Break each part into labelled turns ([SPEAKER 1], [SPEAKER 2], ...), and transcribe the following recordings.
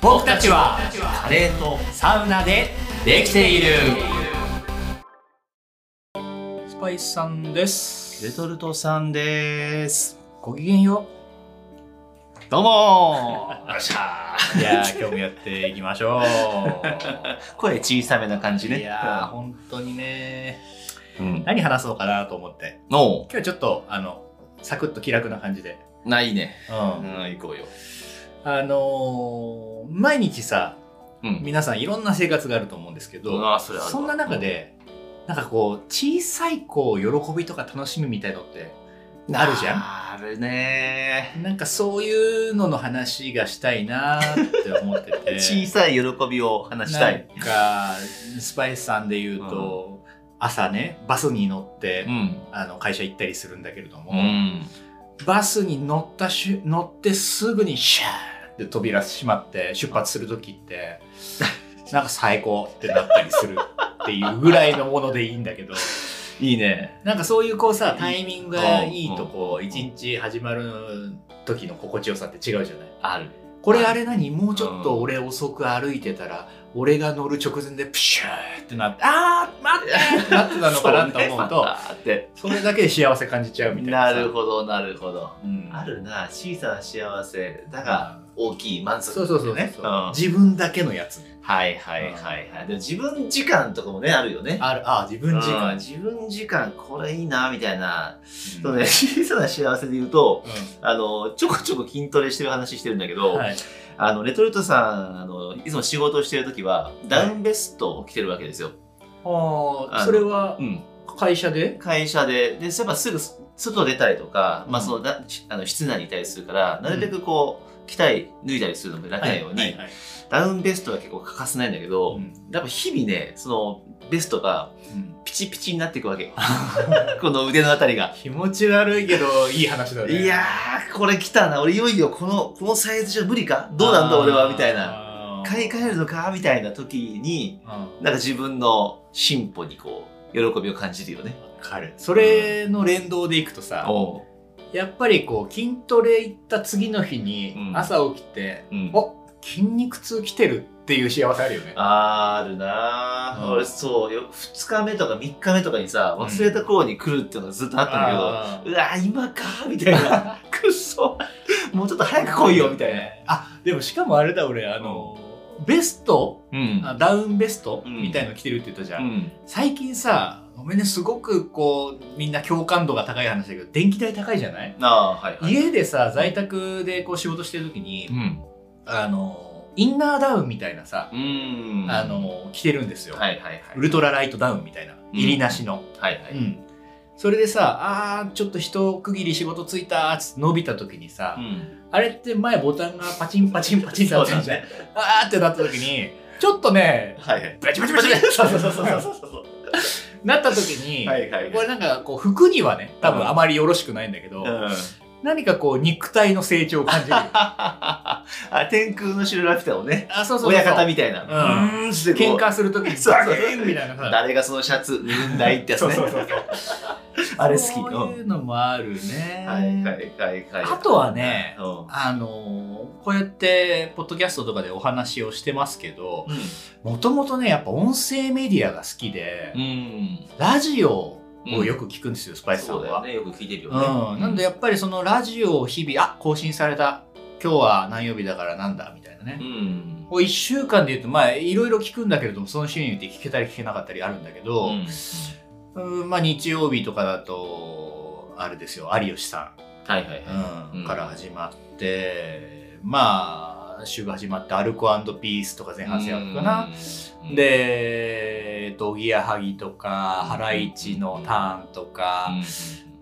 [SPEAKER 1] 僕たちは
[SPEAKER 2] カレーと
[SPEAKER 1] サウナでできているスパイスさんです
[SPEAKER 2] レトルトさんです
[SPEAKER 1] ごきげんよ
[SPEAKER 2] どうもーよっしゃーいやー今日もやっていきましょう 声小さめな感 じ
[SPEAKER 1] う
[SPEAKER 2] ね
[SPEAKER 1] いやー本当にね
[SPEAKER 2] うん
[SPEAKER 1] 何話そうかなと思って
[SPEAKER 2] おう
[SPEAKER 1] 今日ちょっとあのサクッと気楽な感じで
[SPEAKER 2] ないね
[SPEAKER 1] うん、
[SPEAKER 2] 行こうよ
[SPEAKER 1] あのー毎日さ
[SPEAKER 2] うん
[SPEAKER 1] 皆さんいろんな生活があると思うんですけど、
[SPEAKER 2] あーそれあるわ
[SPEAKER 1] そんな中で、なんかこう小さいこう喜びとか楽しみみたいのってあるじゃん
[SPEAKER 2] あるね
[SPEAKER 1] なんかそういうのの話がしたいなって思ってて。
[SPEAKER 2] 小さい喜びを話したい
[SPEAKER 1] なんか、スパイスさんで言うと、朝ね、バスに乗って、
[SPEAKER 2] ん
[SPEAKER 1] あの会社行ったりするんだけれども、
[SPEAKER 2] うん
[SPEAKER 1] バスに乗ったしゅ乗ってすぐにシャーって扉閉まって出発する時 って、なんか最高ってなったりするっていうぐらいのものでいいんだけど、
[SPEAKER 2] いいね
[SPEAKER 1] なんかそういうこうさ、タイミングがいいとこう、一日始まる時の心地よさって違うじゃない
[SPEAKER 2] ある
[SPEAKER 1] これあれ何もうちょっと俺遅く歩いてたら、俺が乗る直前でプシューってなって、あー待ってってなってたのかなと思う
[SPEAKER 2] そう
[SPEAKER 1] と
[SPEAKER 2] ね、またって
[SPEAKER 1] それだけで幸せ感じちゃうみたいな
[SPEAKER 2] な
[SPEAKER 1] さ。
[SPEAKER 2] るほどなるほど
[SPEAKER 1] うん
[SPEAKER 2] あるな小さな幸せだが大きい満足
[SPEAKER 1] そうそうそう
[SPEAKER 2] ね
[SPEAKER 1] ね、
[SPEAKER 2] ん
[SPEAKER 1] 自分だけのやつね。
[SPEAKER 2] はいはいはいはい。でも自分時間とかもね、あるよね。
[SPEAKER 1] ある、あー、自
[SPEAKER 2] う
[SPEAKER 1] 分
[SPEAKER 2] ん
[SPEAKER 1] 時間。
[SPEAKER 2] 自分時間、これいいな、みたいな。
[SPEAKER 1] う
[SPEAKER 2] そうんね、 小さな幸せで言うと、
[SPEAKER 1] う
[SPEAKER 2] あの、ちょこちょこ筋トレしてる話してるんだけど、
[SPEAKER 1] んはい。
[SPEAKER 2] あの、レトルトさん、あの、いつも仕事をしてるときは、ダウンベストを着てるわけですよ。
[SPEAKER 1] あ
[SPEAKER 2] あの
[SPEAKER 1] あ、それは
[SPEAKER 2] うん。
[SPEAKER 1] 会社で
[SPEAKER 2] 会社で、で、そういえばすぐ外出たりとか、まあ、
[SPEAKER 1] うん
[SPEAKER 2] その、なあの室内にいたりするから、なるべくこう、着たい、脱いだりするのも楽なように、
[SPEAKER 1] はいはいはい
[SPEAKER 2] ダウンベストは結構欠かせないんだけど、
[SPEAKER 1] うん
[SPEAKER 2] やっぱ日々ね、そのベストが
[SPEAKER 1] うん
[SPEAKER 2] ピチピチになっていくわけよ。 この腕のあたりが。
[SPEAKER 1] 気持ち悪いけど、いい話だね。
[SPEAKER 2] いやー、これ来たな。俺いよいよこの、このサイズじゃ無理かどうなんだ俺はみたいな。
[SPEAKER 1] な
[SPEAKER 2] 買い替えるのかみたいな時に、
[SPEAKER 1] うん
[SPEAKER 2] なんか自分の進歩にこう、喜びを感じるよね。
[SPEAKER 1] わかるそれの連動でいくとさ、
[SPEAKER 2] おう。
[SPEAKER 1] やっぱりこう筋トレ行った次の日
[SPEAKER 2] う
[SPEAKER 1] に
[SPEAKER 2] ん
[SPEAKER 1] 朝起きて、
[SPEAKER 2] うん。
[SPEAKER 1] お筋肉痛来てるっていう幸せあるよね
[SPEAKER 2] あーるなー、
[SPEAKER 1] うん
[SPEAKER 2] 俺そうよ2日目とか3日目とかにさ忘れた頃に来るっていうのがずっとあったんだけど、
[SPEAKER 1] あ
[SPEAKER 2] うわー今かーみたい なくっそもうちょっと早く来いよみたいな
[SPEAKER 1] あでもしかもあれだ俺あの、ベスト
[SPEAKER 2] うん
[SPEAKER 1] あダウンベスト、
[SPEAKER 2] うん
[SPEAKER 1] みたいの着てるって言ったじゃ、
[SPEAKER 2] うんん、
[SPEAKER 1] 最近さごめんねすごくこうみんな共感度が高い話だけど電気代高いじゃない、
[SPEAKER 2] ああはいはい
[SPEAKER 1] 家でさ在宅でこう仕事してる時に、
[SPEAKER 2] ん
[SPEAKER 1] あのインナーダウンみたいなさ、
[SPEAKER 2] うん
[SPEAKER 1] あの着てるんですよ、
[SPEAKER 2] はいはいはい
[SPEAKER 1] ウルトラライトダウンみたいな入りなしの、
[SPEAKER 2] はいは
[SPEAKER 1] う
[SPEAKER 2] い
[SPEAKER 1] んそれでさあーちょっと一区切り仕事ついたーっつって伸びた時にさ、
[SPEAKER 2] うん
[SPEAKER 1] あれって前ボタンがパチンパチンパチンってなってるじゃん、あーってなった時にちょっとね
[SPEAKER 2] はいはい
[SPEAKER 1] バチバチバチ
[SPEAKER 2] そうそうそうそうそうそう
[SPEAKER 1] なった時に、
[SPEAKER 2] はいはい
[SPEAKER 1] これなんかこう服にはね多分あまりよろしくないんだけど、
[SPEAKER 2] うん、
[SPEAKER 1] 何かこう肉体の成長を感じる
[SPEAKER 2] あ天空の城ラピュタをね
[SPEAKER 1] あそうそうそう
[SPEAKER 2] 親方みたいな
[SPEAKER 1] うん
[SPEAKER 2] うーんしてこ
[SPEAKER 1] 喧
[SPEAKER 2] う
[SPEAKER 1] 嘩する時に
[SPEAKER 2] そう
[SPEAKER 1] ザキーンみたいなさ
[SPEAKER 2] 誰がそのシャツ脱ぐんだいってやつね
[SPEAKER 1] そうそうそう
[SPEAKER 2] あれ好き
[SPEAKER 1] そういうのもあるね、
[SPEAKER 2] うんはいはいはいはい
[SPEAKER 1] あとはね
[SPEAKER 2] うんうん
[SPEAKER 1] あのーこうやってポッドキャストとかでお話をしてますけどもともとねやっぱ音声メディアが好きで、
[SPEAKER 2] うん
[SPEAKER 1] ラジオをよく聞くんですよ、スパイスさん
[SPEAKER 2] そうだ
[SPEAKER 1] は
[SPEAKER 2] よねよく聞いてるよね
[SPEAKER 1] うん、なんでやっぱりそのラジオを日々あ更新された今日は何曜日だからなんだみたいなね、
[SPEAKER 2] うん
[SPEAKER 1] こう1週間で言うとまあいろいろ聞くんだけれどもその週によって聞けたり聞けなかったりあるんだけど、
[SPEAKER 2] うん
[SPEAKER 1] うんまあ、日曜日とかだとあれですよ有吉さ
[SPEAKER 2] はいはい
[SPEAKER 1] ん、
[SPEAKER 2] は
[SPEAKER 1] うん
[SPEAKER 2] うん
[SPEAKER 1] から始まってまあ週が始まってアルコピースとか
[SPEAKER 2] い
[SPEAKER 1] 前半戦やったかな、
[SPEAKER 2] うん
[SPEAKER 1] でえっとおぎやはぎとかハライチのターンとか、
[SPEAKER 2] うん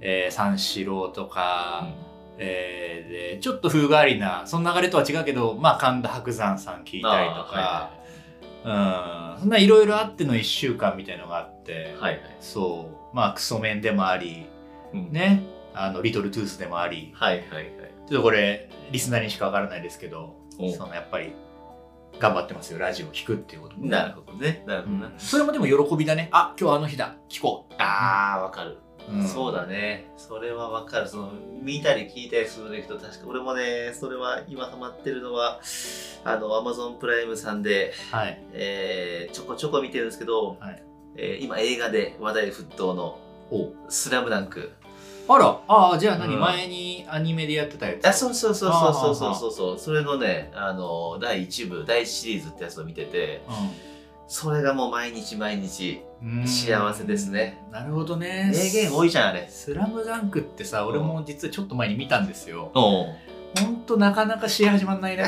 [SPEAKER 1] えー三四郎とか、えーでちょっと風変わりなその流れとは違うけど、まあ、神田伯山さん聞いたりとか、うん、そんないろいろあっての1週間みたいのがあって、
[SPEAKER 2] はいはい。
[SPEAKER 1] そうまあクソメンでもあり
[SPEAKER 2] ね。
[SPEAKER 1] ねあのリトルトゥースでもあり
[SPEAKER 2] はいはいはい。
[SPEAKER 1] ちょっとこれリスナーにしかわからないですけど
[SPEAKER 2] お
[SPEAKER 1] そのやっぱり頑張ってますよラジオを聞くっていうこともね
[SPEAKER 2] なるほどね。なるほ
[SPEAKER 1] う
[SPEAKER 2] どな。
[SPEAKER 1] んそれもでも喜びだねあ今日あの日だ聞こう
[SPEAKER 2] ああ、わかる。
[SPEAKER 1] うん
[SPEAKER 2] そうだねそれはわかるその見たり聞いたりするんだけど確か俺もねそれは今ハマってるのはあのアマゾンプライムさんで、
[SPEAKER 1] はい
[SPEAKER 2] えーちょこちょこ見てるんですけど、
[SPEAKER 1] はい
[SPEAKER 2] えー今映画で話題沸騰の
[SPEAKER 1] お
[SPEAKER 2] 「スラムダンク
[SPEAKER 1] あらああじゃあ何、
[SPEAKER 2] うん
[SPEAKER 1] 前にアニメでやってたやつ
[SPEAKER 2] あそうそうそうそうそうそうそううそうそれのねあの第1部第1シリーズってやつを見ててそれがもう毎日毎日
[SPEAKER 1] うんうん
[SPEAKER 2] 幸せですね
[SPEAKER 1] なるほどね
[SPEAKER 2] 名言多いじゃんあれ
[SPEAKER 1] スラムダンクってさ俺も実はちょっと前に見たんですよ
[SPEAKER 2] お
[SPEAKER 1] ほんとなかなか試合始まんないね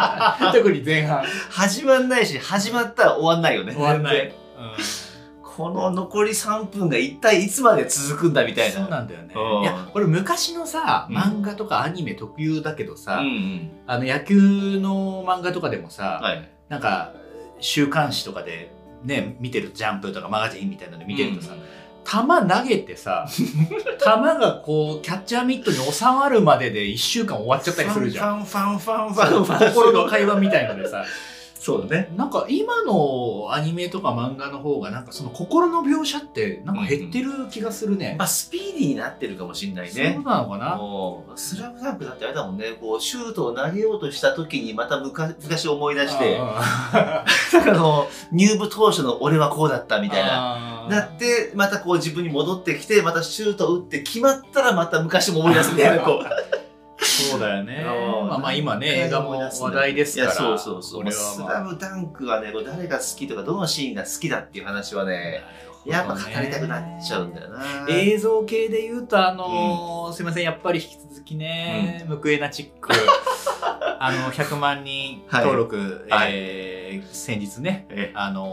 [SPEAKER 1] 特に前半
[SPEAKER 2] 始まんないし始まったら終わんないよね
[SPEAKER 1] 終わんな
[SPEAKER 2] 全
[SPEAKER 1] い
[SPEAKER 2] 然、この残り3分が一体いつまで続くんだみたいな
[SPEAKER 1] そうなんだよね
[SPEAKER 2] うん
[SPEAKER 1] いやこれ昔のさ
[SPEAKER 2] うん
[SPEAKER 1] 漫画とかアニメ特有だけどさ、
[SPEAKER 2] うんうん
[SPEAKER 1] あの野球の漫画とかでもさ、
[SPEAKER 2] はい
[SPEAKER 1] なんか週刊誌とかでね見てるジャンプとかマガジンみたいなので見てるとさ、球投げて さ球がこうキャッチャーミットに収まるまでで1週間終わっちゃったりするじ ゃん
[SPEAKER 2] んファンファンファンファンファン
[SPEAKER 1] 心の会話みたいのでさ
[SPEAKER 2] そうだね
[SPEAKER 1] なんか今のアニメとか漫画の方がなんかその心の描写ってなんか減ってる気がするね
[SPEAKER 2] ま。あスピーディーになってるかもしんない
[SPEAKER 1] そ
[SPEAKER 2] ね
[SPEAKER 1] うなのかな。
[SPEAKER 2] もうスラムダンクだってあれだもんねこうシュートを投げようとした時にまた昔昔思い出してだからあの入部当初の俺はこうだったみたいな
[SPEAKER 1] な
[SPEAKER 2] なってまたこう自分に戻ってきてまたシュート打って決まったらまた昔も思い出すみたいなこう
[SPEAKER 1] そうだよね。
[SPEAKER 2] うん
[SPEAKER 1] まあまあ今ね映画も話題です
[SPEAKER 2] い
[SPEAKER 1] から。
[SPEAKER 2] やそうそうそう、
[SPEAKER 1] これは
[SPEAKER 2] ス
[SPEAKER 1] ま
[SPEAKER 2] ラ
[SPEAKER 1] あ
[SPEAKER 2] ムダンクはねこう誰が好きとかどのシーンが好きだっていう話はねやっぱ語りたくなっちゃうんだよな、
[SPEAKER 1] 映像系で言うとあのーすいませんやっぱり引き続きね、ムクエナチッ クあの100万人登録、
[SPEAKER 2] はい
[SPEAKER 1] えー先日ね
[SPEAKER 2] え
[SPEAKER 1] あの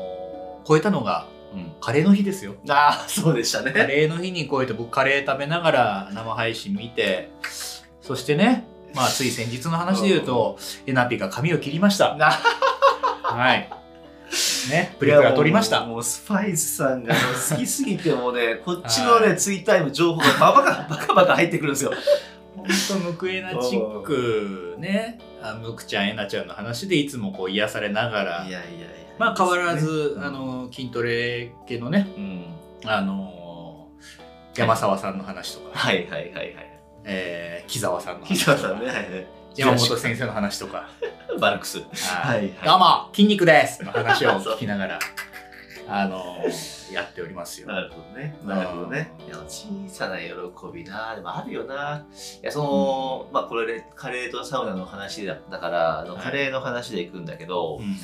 [SPEAKER 1] ー超えたのが
[SPEAKER 2] うん
[SPEAKER 1] カレーの日ですよ
[SPEAKER 2] ああそうでした
[SPEAKER 1] カ
[SPEAKER 2] ね
[SPEAKER 1] レーの日に超えて僕カレー食べながら生配信見てそしてねまあつい先日の話で言うとえなぴが髪を切りました
[SPEAKER 2] な
[SPEAKER 1] はいねプリクラ撮りまし
[SPEAKER 2] いや
[SPEAKER 1] た
[SPEAKER 2] もうもうスパイスさんがもう好きすぎてもうね こっちのねツイッターにも情報がバカバカバカバカ入ってくるん ですよ
[SPEAKER 1] ほんとムクエナチックねあムクちゃんえなちゃんの話でいつもこう癒されながら
[SPEAKER 2] いやいや
[SPEAKER 1] まあ変わらず、
[SPEAKER 2] うん
[SPEAKER 1] あの筋トレ系のね
[SPEAKER 2] うん
[SPEAKER 1] あの山沢さんの話とか、
[SPEAKER 2] はいはいはいはい
[SPEAKER 1] えー木沢さんの
[SPEAKER 2] 木
[SPEAKER 1] 話と
[SPEAKER 2] 澤
[SPEAKER 1] か
[SPEAKER 2] さんねはいはい
[SPEAKER 1] 山本先生の話とか
[SPEAKER 2] バルクス
[SPEAKER 1] はい
[SPEAKER 2] い
[SPEAKER 1] どうも筋肉ですの話 を聞きながらあのやっておりますよ。
[SPEAKER 2] なるほどねなるほどね
[SPEAKER 1] うん
[SPEAKER 2] いや小さな喜びなでもあるよないやその、まあこれでカレーとサウナの話だだからあの
[SPEAKER 1] はい
[SPEAKER 2] カレーの話でいくんだけど、
[SPEAKER 1] うん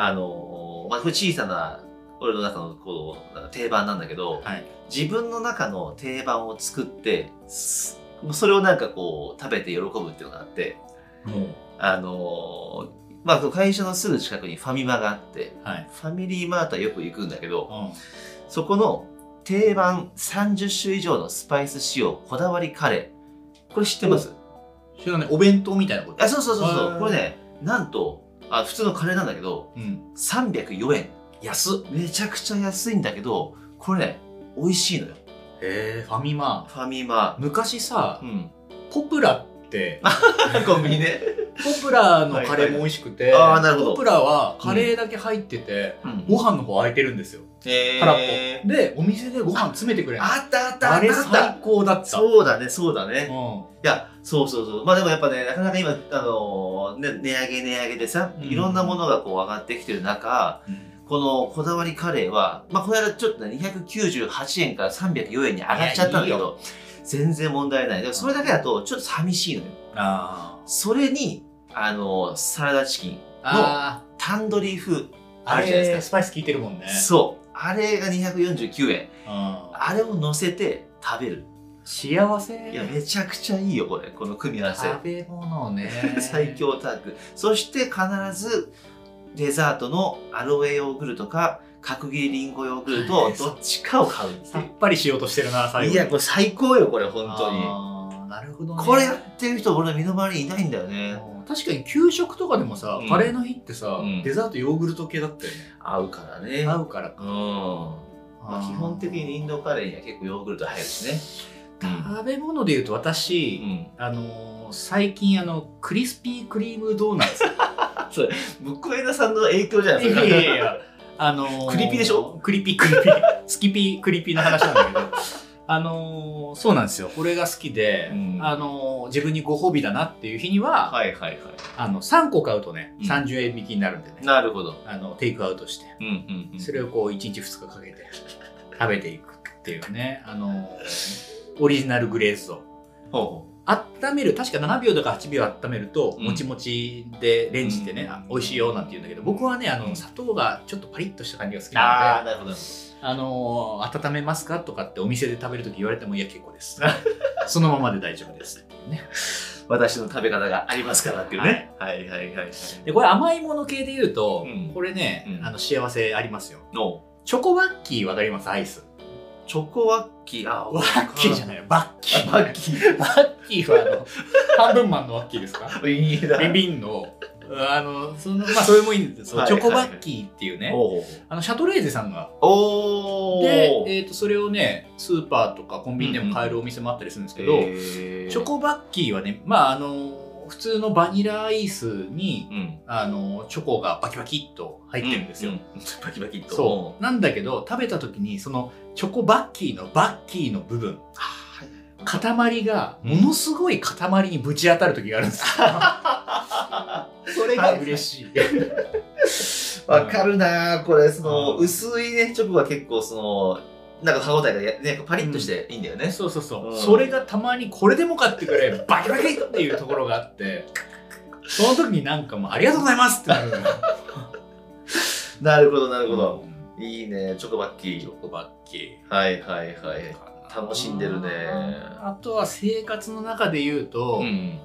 [SPEAKER 2] あのまあこれ小さな俺の中のこうなんか定番なんだけど、
[SPEAKER 1] はい、
[SPEAKER 2] 自分の中の定番を作ってすそれをなんかこう食べて喜ぶっていうのがあって
[SPEAKER 1] もう
[SPEAKER 2] あのーまあ会社のすぐ近くにファミマがあって
[SPEAKER 1] はい、
[SPEAKER 2] ファミリーマートはよく行くんだけど
[SPEAKER 1] う
[SPEAKER 2] そこの定番30種以上のスパイス使用こだわりカレーこれ知ってます
[SPEAKER 1] ん、それはねお弁当みたいなこと。
[SPEAKER 2] あそうそうそうそ
[SPEAKER 1] へ
[SPEAKER 2] う
[SPEAKER 1] ー
[SPEAKER 2] これねなんとあ普通のカレーなんだけど
[SPEAKER 1] うん、
[SPEAKER 2] 304円
[SPEAKER 1] 安っ。
[SPEAKER 2] めちゃくちゃ安いんだけどこれね美味しいのよ
[SPEAKER 1] えファミマ。
[SPEAKER 2] ファミマ
[SPEAKER 1] 昔さ
[SPEAKER 2] う、ん
[SPEAKER 1] ポプラって
[SPEAKER 2] コンビニね
[SPEAKER 1] ポプラのカレーも美味しくて、
[SPEAKER 2] はいはいあーなるほど
[SPEAKER 1] ポプラはカレーだけ入ってて、
[SPEAKER 2] うん
[SPEAKER 1] ご飯の方空いてるんですよ。
[SPEAKER 2] え
[SPEAKER 1] 空っぽ。でお店でご飯詰めてくれるの。
[SPEAKER 2] あったあったあ
[SPEAKER 1] あ
[SPEAKER 2] っ
[SPEAKER 1] れ
[SPEAKER 2] たあった
[SPEAKER 1] 最高だった。
[SPEAKER 2] そうだねそうだ
[SPEAKER 1] う
[SPEAKER 2] ね
[SPEAKER 1] ん
[SPEAKER 2] いやそうそうそうまあでもやっぱねなかなか今あのーね、値上げ値上げでさ
[SPEAKER 1] うん
[SPEAKER 2] いろんなものがこう上がってきてる中、このこだわりカレーはまあこの間ちょっとね298円から304円に上がっちゃったんだけ
[SPEAKER 1] いやいい
[SPEAKER 2] ど全然問題ないでもそれだけだとちょっと寂しいのよ
[SPEAKER 1] あ
[SPEAKER 2] それにあのーサラダチキン
[SPEAKER 1] ーあ
[SPEAKER 2] タンドリー風
[SPEAKER 1] ー。
[SPEAKER 2] あ
[SPEAKER 1] あ
[SPEAKER 2] る
[SPEAKER 1] れ
[SPEAKER 2] じゃないですか
[SPEAKER 1] スパイス効いてるもんね。
[SPEAKER 2] そうあれが249円
[SPEAKER 1] うん
[SPEAKER 2] あれを乗せて食べる
[SPEAKER 1] 幸せ
[SPEAKER 2] いや、めちゃくちゃいいよ、これ、この組み合わせ。
[SPEAKER 1] 食べ物ね
[SPEAKER 2] 最強タッグ。そして必ず、デザートのアロエヨーグルトか、角切りリンゴヨーグルト
[SPEAKER 1] は
[SPEAKER 2] を
[SPEAKER 1] い
[SPEAKER 2] どっちかを買うって
[SPEAKER 1] さ
[SPEAKER 2] い
[SPEAKER 1] っぱりしようとしてるな最
[SPEAKER 2] う。
[SPEAKER 1] 後
[SPEAKER 2] いや、これ最高よ、これ、本当に。
[SPEAKER 1] 当になるほど、ね、
[SPEAKER 2] これやってる人、俺の身の回りにいないんだよね。
[SPEAKER 1] うん確かに給食とかでもさ、
[SPEAKER 2] うん
[SPEAKER 1] カレーの日ってさ、
[SPEAKER 2] うん
[SPEAKER 1] デザートヨーグルト系だったよね
[SPEAKER 2] 合うからね。
[SPEAKER 1] 合うから
[SPEAKER 2] う
[SPEAKER 1] か、
[SPEAKER 2] ん。まあ、基本的にインドカレーには結構ヨーグルト入るしね。
[SPEAKER 1] 食べ物でいうと
[SPEAKER 2] う
[SPEAKER 1] 私、
[SPEAKER 2] ん。
[SPEAKER 1] あのー最近あのクリスピークリームドーナツ
[SPEAKER 2] 向枝さんの影響じゃない
[SPEAKER 1] い
[SPEAKER 2] ですか。
[SPEAKER 1] やいやいやあのー
[SPEAKER 2] クリピでしょ
[SPEAKER 1] クリピクリピスキピクリピの話なんだけどあのーそうなんですよ。これが好きで、
[SPEAKER 2] うん
[SPEAKER 1] あのー自分にご褒美だなっていう日には、
[SPEAKER 2] はいはいは
[SPEAKER 1] あの、3個買うとね、
[SPEAKER 2] うん
[SPEAKER 1] 30円引きになるんでね、
[SPEAKER 2] い。なるほど。
[SPEAKER 1] あの、テイクアウトして、
[SPEAKER 2] うんうんうん。
[SPEAKER 1] それをこう、1日2日かけて食べていくっていうね、あのーオリジナルグレーズを。
[SPEAKER 2] ほうほ
[SPEAKER 1] 温める確か7秒とか8秒温めると、
[SPEAKER 2] うん
[SPEAKER 1] もちもちでレンジってね、
[SPEAKER 2] うん
[SPEAKER 1] あ美味しいよなんて言うんだけど僕はねあ
[SPEAKER 2] う
[SPEAKER 1] の
[SPEAKER 2] ん
[SPEAKER 1] 砂糖がちょっとパリッとした感じが好き
[SPEAKER 2] う。あ
[SPEAKER 1] なの
[SPEAKER 2] あ、
[SPEAKER 1] で
[SPEAKER 2] なるほど。
[SPEAKER 1] あのー温めますかとかってお店で食べるとき言われてもいや結構です そのままで大丈夫ですっていうね
[SPEAKER 2] 私の食べ方がありますからっていうね。はいはいはい。
[SPEAKER 1] でこれ甘いもの系で言うと、
[SPEAKER 2] うん
[SPEAKER 1] これね、
[SPEAKER 2] うん
[SPEAKER 1] あの幸せありますよ
[SPEAKER 2] の、
[SPEAKER 1] チョコバッキーわかりますアイス
[SPEAKER 2] チョコワッキー、あ、
[SPEAKER 1] ワッキーじゃ
[SPEAKER 2] ん。
[SPEAKER 1] ないバッキー
[SPEAKER 2] ワッキー。
[SPEAKER 1] バッキーはあの半分マンのワッキーですか
[SPEAKER 2] いいな。
[SPEAKER 1] ビビンの、あの、その、まあ、それもいいんですよ。
[SPEAKER 2] はい
[SPEAKER 1] チョコバッキーっていうね、
[SPEAKER 2] おう
[SPEAKER 1] あの、シャトレーゼさんが。
[SPEAKER 2] お
[SPEAKER 1] で
[SPEAKER 2] ー、
[SPEAKER 1] えっ、と、それをね、スーパーとかコンビニでも買えるお店もあったりするんですけど、
[SPEAKER 2] えー
[SPEAKER 1] チョコバッキーはね、まあ、あの、普通のバニラアイスに、
[SPEAKER 2] うん
[SPEAKER 1] あの、チョコがバキバキっと入ってるんですよ。
[SPEAKER 2] うバキバキっと
[SPEAKER 1] そう。なんだけど、食べた時に、その、チョコバッキーのバッキーの部分、
[SPEAKER 2] あーはい
[SPEAKER 1] 塊が、ものすごい塊にぶち当たる時があるん ですよ。それが嬉しい。
[SPEAKER 2] わかるなーこれその、
[SPEAKER 1] うん
[SPEAKER 2] 薄いねチョコは結構そのなんか歯応えがや、ね、パリッとしていいんだよね、
[SPEAKER 1] そうそうそう、
[SPEAKER 2] うん
[SPEAKER 1] それがたまにこれでもかってくらいバキバキっていうところがあってその時になんかもうありがとうございますってなるのよ
[SPEAKER 2] なるほどなるほど、いいねチョコバッキ
[SPEAKER 1] チ
[SPEAKER 2] ー
[SPEAKER 1] ョコバッキ
[SPEAKER 2] はいはいはい
[SPEAKER 1] ー
[SPEAKER 2] 楽しんでるね
[SPEAKER 1] あとは生活の中で言うと、
[SPEAKER 2] ん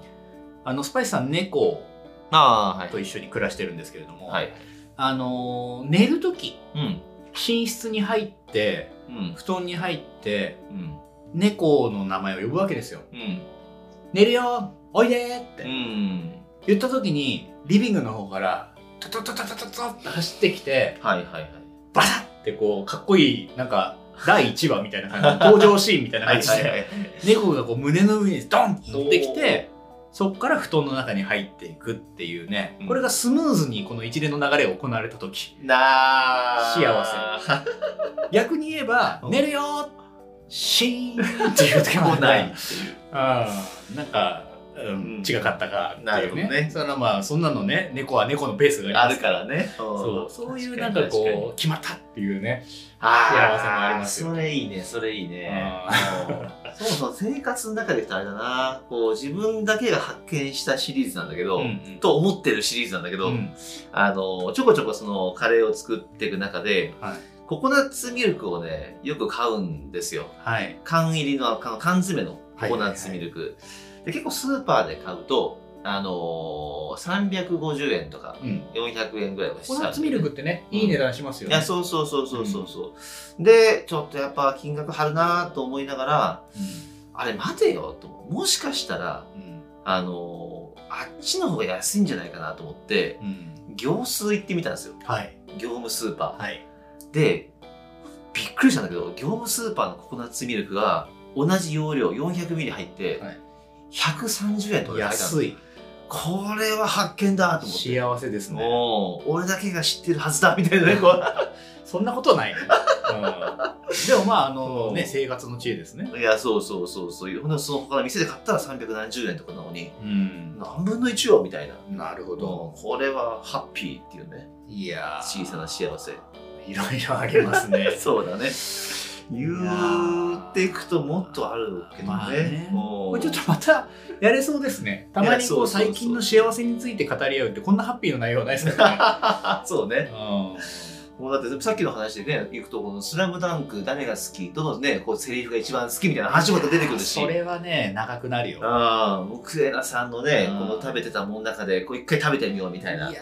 [SPEAKER 1] あのスパイスさん猫
[SPEAKER 2] ああは
[SPEAKER 1] と一緒に暮らしてるんですけれども、
[SPEAKER 2] はい
[SPEAKER 1] あのー寝る時
[SPEAKER 2] うん
[SPEAKER 1] 寝室に入って
[SPEAKER 2] うん
[SPEAKER 1] 布団に入って
[SPEAKER 2] うん
[SPEAKER 1] 猫の名前を呼ぶわけですよ
[SPEAKER 2] うん
[SPEAKER 1] 「寝るよおいで!」って、
[SPEAKER 2] うん
[SPEAKER 1] 言った時にリビングの方からトトトトトトトって走ってきて
[SPEAKER 2] はいはいはい
[SPEAKER 1] バサッてこうかっこいいなんか第1話みたいな感じの登場シーンみたいな
[SPEAKER 2] は
[SPEAKER 1] 感
[SPEAKER 2] い
[SPEAKER 1] じ
[SPEAKER 2] はいは
[SPEAKER 1] で
[SPEAKER 2] い
[SPEAKER 1] 猫がこう胸の上にドンって乗ってきてそっから布団の中に入っていくっていうね
[SPEAKER 2] うん
[SPEAKER 1] これがスムーズにこの一連の流れが行われた時
[SPEAKER 2] なあ
[SPEAKER 1] 幸逆に言えば「
[SPEAKER 2] うん
[SPEAKER 1] 寝るよ!」シーンっていう時も
[SPEAKER 2] もう
[SPEAKER 1] な
[SPEAKER 2] ないい
[SPEAKER 1] あーなんか、う
[SPEAKER 2] うん
[SPEAKER 1] ん、違かったかって
[SPEAKER 2] な
[SPEAKER 1] いう
[SPEAKER 2] るほどね
[SPEAKER 1] それはまあそんなのね猫は猫のペースが
[SPEAKER 2] あ
[SPEAKER 1] ります
[SPEAKER 2] るからねそ
[SPEAKER 1] そうそういうなんかこう決まったっていうね
[SPEAKER 2] あ
[SPEAKER 1] 幸
[SPEAKER 2] ー
[SPEAKER 1] せもありますよ
[SPEAKER 2] それいいね、それいいね。
[SPEAKER 1] あ
[SPEAKER 2] もうそもそも生活の中で言うとあれだな、こう自分だけが発見したシリーズなんだけど、
[SPEAKER 1] ん
[SPEAKER 2] と思ってるシリーズなんだけど、
[SPEAKER 1] うん
[SPEAKER 2] あの、ちょこちょこそのカレーを作っていく中で、
[SPEAKER 1] はい
[SPEAKER 2] ココナッツミルクをね、よく買うんですよ。
[SPEAKER 1] はい
[SPEAKER 2] 缶入りの、缶缶詰のココナッツミルク。で結構スーパーで買うと、あのー、350円とか
[SPEAKER 1] うん
[SPEAKER 2] 400円ぐらいはしち
[SPEAKER 1] コ
[SPEAKER 2] ゃ
[SPEAKER 1] コナッ
[SPEAKER 2] うんだよね
[SPEAKER 1] ツミルクってね
[SPEAKER 2] うん
[SPEAKER 1] いい値段しますよ
[SPEAKER 2] い
[SPEAKER 1] ね
[SPEAKER 2] やそうそうそうそうそうそう、でちょっとやっぱ金額張るなと思いながらあれ待てよと思うもしかしたら
[SPEAKER 1] うんうん
[SPEAKER 2] あのーあっちの方が安いんじゃないかなと思って
[SPEAKER 1] うん
[SPEAKER 2] 業数行ってみたんですよ
[SPEAKER 1] はい
[SPEAKER 2] 業務スーパ
[SPEAKER 1] はい
[SPEAKER 2] ーでびっくりしたんだけど業務スーパーのココナッツミルクが同じ容量 400ml 入って
[SPEAKER 1] はい
[SPEAKER 2] 130円とかで入ったの
[SPEAKER 1] 安い
[SPEAKER 2] これは発見だと思って
[SPEAKER 1] 幸せですね
[SPEAKER 2] もう俺だけが知ってるはずだみたいなねこう
[SPEAKER 1] そんなことはないうん でもまああの
[SPEAKER 2] うん
[SPEAKER 1] ね生活の知恵ですね
[SPEAKER 2] いや、そうそうそうそう。ほんで、その他の店で買ったら370円とかなのに、
[SPEAKER 1] うん
[SPEAKER 2] 何分の1よみたいな。
[SPEAKER 1] なるほど
[SPEAKER 2] これはハッピーっていうね。
[SPEAKER 1] いやー
[SPEAKER 2] 小さな幸せ
[SPEAKER 1] いろいろありますね
[SPEAKER 2] そうだね。言うていくともっとあるけどね。
[SPEAKER 1] まあね
[SPEAKER 2] うん
[SPEAKER 1] これちょっとまたやれそうですねたまにこう最近の幸せについて語り合うってこんなハッピーの内容はないですからね
[SPEAKER 2] そうね。
[SPEAKER 1] う
[SPEAKER 2] もうだってさっきの話でね、行くと、このスラムダンク誰が好き、どのね、こうセリフが一番好きみたいな話もまた出てくるし。
[SPEAKER 1] それはね長くなるよ
[SPEAKER 2] ああ、もうクエラさんのね、
[SPEAKER 1] うん
[SPEAKER 2] この食べてたもんの中で、こう一回食べてみようみたいな。
[SPEAKER 1] いや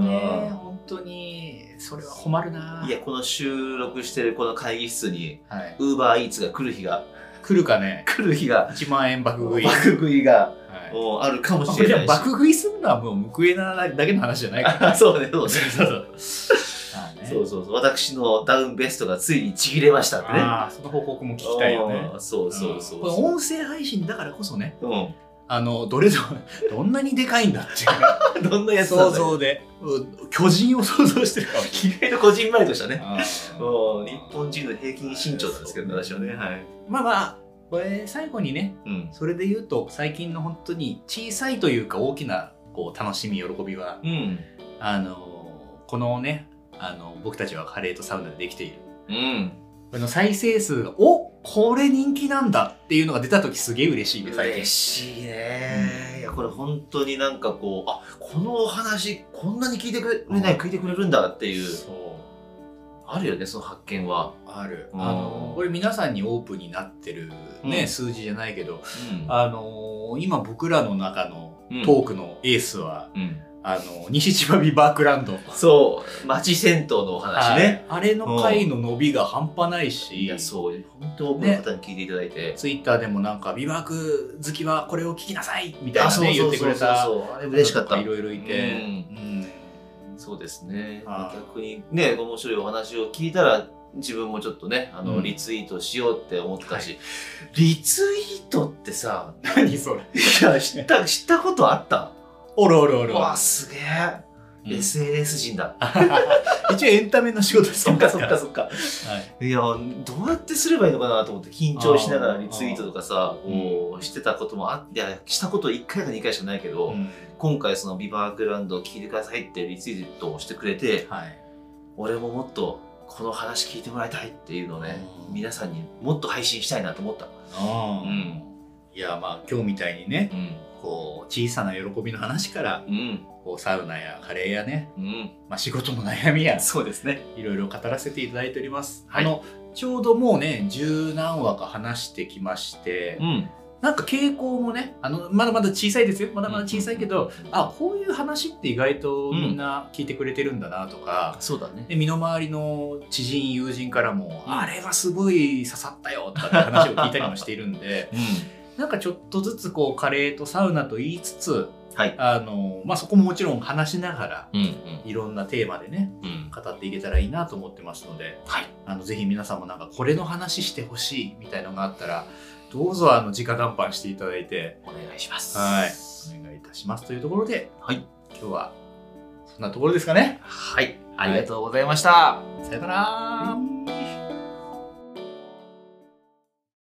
[SPEAKER 1] ーね
[SPEAKER 2] うん
[SPEAKER 1] 本当にそれは困るない
[SPEAKER 2] や、この収録してるこの会議室に、
[SPEAKER 1] はい、
[SPEAKER 2] ウーバーイーツが来る日が、
[SPEAKER 1] 来るかね
[SPEAKER 2] 来る日が、
[SPEAKER 1] 1万円爆食い、は
[SPEAKER 2] 爆食いが、
[SPEAKER 1] い、
[SPEAKER 2] もうあるかもし
[SPEAKER 1] これ
[SPEAKER 2] れ
[SPEAKER 1] でも
[SPEAKER 2] ないし。
[SPEAKER 1] 爆食いするのはもう報えなだけの話じゃない から
[SPEAKER 2] そうね、そうね。
[SPEAKER 1] そう そうまあね
[SPEAKER 2] そうそうそう。私のダウンベストがついにちぎれましたってね。
[SPEAKER 1] あーその報告も聞きたいよね
[SPEAKER 2] あーそうそうそう
[SPEAKER 1] これ音声配信だからこそね
[SPEAKER 2] うん。
[SPEAKER 1] あのどれぞ どんなにでかいんだっていう
[SPEAKER 2] どん なやつな
[SPEAKER 1] 想
[SPEAKER 2] んだよ
[SPEAKER 1] 像でう巨人を想像してるかもし
[SPEAKER 2] 意外とこじんまりとした
[SPEAKER 1] れ
[SPEAKER 2] ね
[SPEAKER 1] ない
[SPEAKER 2] もう日本人の平均身長なんですけど、私はね、はい。
[SPEAKER 1] まあまあこれ最後にね
[SPEAKER 2] うん。
[SPEAKER 1] それで言うと最近の本当に小さいというか大きなこう楽しみ喜びは
[SPEAKER 2] うん。
[SPEAKER 1] あのこのねあの僕たちはカレーとサウナでできている
[SPEAKER 2] うん。
[SPEAKER 1] この再生数がおこれ人気なんだっていうのが出た時すげえ嬉しいね最近
[SPEAKER 2] 嬉しいね、いやこれ本当になんかこうあこのお話こんなに聞いてくれない、
[SPEAKER 1] うん
[SPEAKER 2] 聞いてくれるんだっていう
[SPEAKER 1] そう
[SPEAKER 2] あるよねその発見は、
[SPEAKER 1] ある
[SPEAKER 2] うん
[SPEAKER 1] あのこれ皆さんにオープンになってるね、
[SPEAKER 2] うん
[SPEAKER 1] 数字じゃないけど
[SPEAKER 2] うん
[SPEAKER 1] あの今僕らの中の
[SPEAKER 2] うん
[SPEAKER 1] トークのエースは、
[SPEAKER 2] うん
[SPEAKER 1] あの西千葉ビバークランド
[SPEAKER 2] そう町銭湯のお話ね、
[SPEAKER 1] あれの回の伸びが半端ないし、
[SPEAKER 2] いやそう本当多くの方に聞いていただいて、
[SPEAKER 1] ツイッターでもなんか、ビバーク好きはこれを聞きなさいみたい
[SPEAKER 2] あ
[SPEAKER 1] な
[SPEAKER 2] そうそ
[SPEAKER 1] ね、
[SPEAKER 2] う
[SPEAKER 1] 言
[SPEAKER 2] そ
[SPEAKER 1] ってく
[SPEAKER 2] うそう
[SPEAKER 1] れた。
[SPEAKER 2] あれ嬉しかった
[SPEAKER 1] いろいろいて。
[SPEAKER 2] うん
[SPEAKER 1] うん
[SPEAKER 2] そうですね
[SPEAKER 1] あー
[SPEAKER 2] 逆にね面白いお話を聞いたら自分もちょっとねあの、
[SPEAKER 1] うん
[SPEAKER 2] リツイートしようって思ったし、リツイートってさ
[SPEAKER 1] 何それ。
[SPEAKER 2] いや知った知ったことあった
[SPEAKER 1] おるおるおる。
[SPEAKER 2] わあすげえ、
[SPEAKER 1] うん
[SPEAKER 2] SNS 人だ
[SPEAKER 1] 一応エンタメの仕事です
[SPEAKER 2] そっかそっか
[SPEAKER 1] は
[SPEAKER 2] そっか
[SPEAKER 1] い。
[SPEAKER 2] いやどうやってすればいいのかなと思って緊張しながらリツイートとかさ
[SPEAKER 1] ー
[SPEAKER 2] こうしてたこともあっていやしたこと1回か2回しかないけど、
[SPEAKER 1] うん
[SPEAKER 2] 今回そのビバークランドを聞いてくださいってリツイートをしてくれて
[SPEAKER 1] はい。
[SPEAKER 2] 俺ももっとこの話聞いてもらいたいっていうのをね
[SPEAKER 1] うん
[SPEAKER 2] 皆さんにもっと配信したいなと思った、
[SPEAKER 1] う
[SPEAKER 2] うんん。
[SPEAKER 1] いや、まあ、今日みたいにね、
[SPEAKER 2] うん
[SPEAKER 1] こう、小さな喜びの話から、
[SPEAKER 2] うん
[SPEAKER 1] こう、サウナやカレーやね、
[SPEAKER 2] うん
[SPEAKER 1] まあ、仕事の悩みや、
[SPEAKER 2] そうですね
[SPEAKER 1] いろいろ語らせていただいております。
[SPEAKER 2] はい
[SPEAKER 1] あの、ちょうどもうね、十何話か話してきまして、
[SPEAKER 2] うん
[SPEAKER 1] なんか傾向もねあのまだまだ小さいですよまだまだ小さいけど、あこういう話って意外とみんな聞いてくれてるんだなとか、
[SPEAKER 2] そうだね
[SPEAKER 1] で身の回りの知人友人からも、
[SPEAKER 2] うん
[SPEAKER 1] あれはすごい刺さったよとかって話を聞いたりもしているん で
[SPEAKER 2] うん
[SPEAKER 1] なんかちょっとずつこうカレーとサウナと言いつつ
[SPEAKER 2] はい
[SPEAKER 1] あの、まあ、そこももちろん話しながら
[SPEAKER 2] うん
[SPEAKER 1] いろんなテーマでね
[SPEAKER 2] うんうん
[SPEAKER 1] 語っていけたらいいなと思ってますので、
[SPEAKER 2] はい
[SPEAKER 1] あのぜひ皆さんもなんかこれの話してほしいみたいのがあったらどうぞあの直談判していただいて。
[SPEAKER 2] お願いします
[SPEAKER 1] はい。お願いいたしますというところで、
[SPEAKER 2] はい
[SPEAKER 1] 今日はそんなところですかね。
[SPEAKER 2] はい、ありがとうございました。
[SPEAKER 1] さよなら。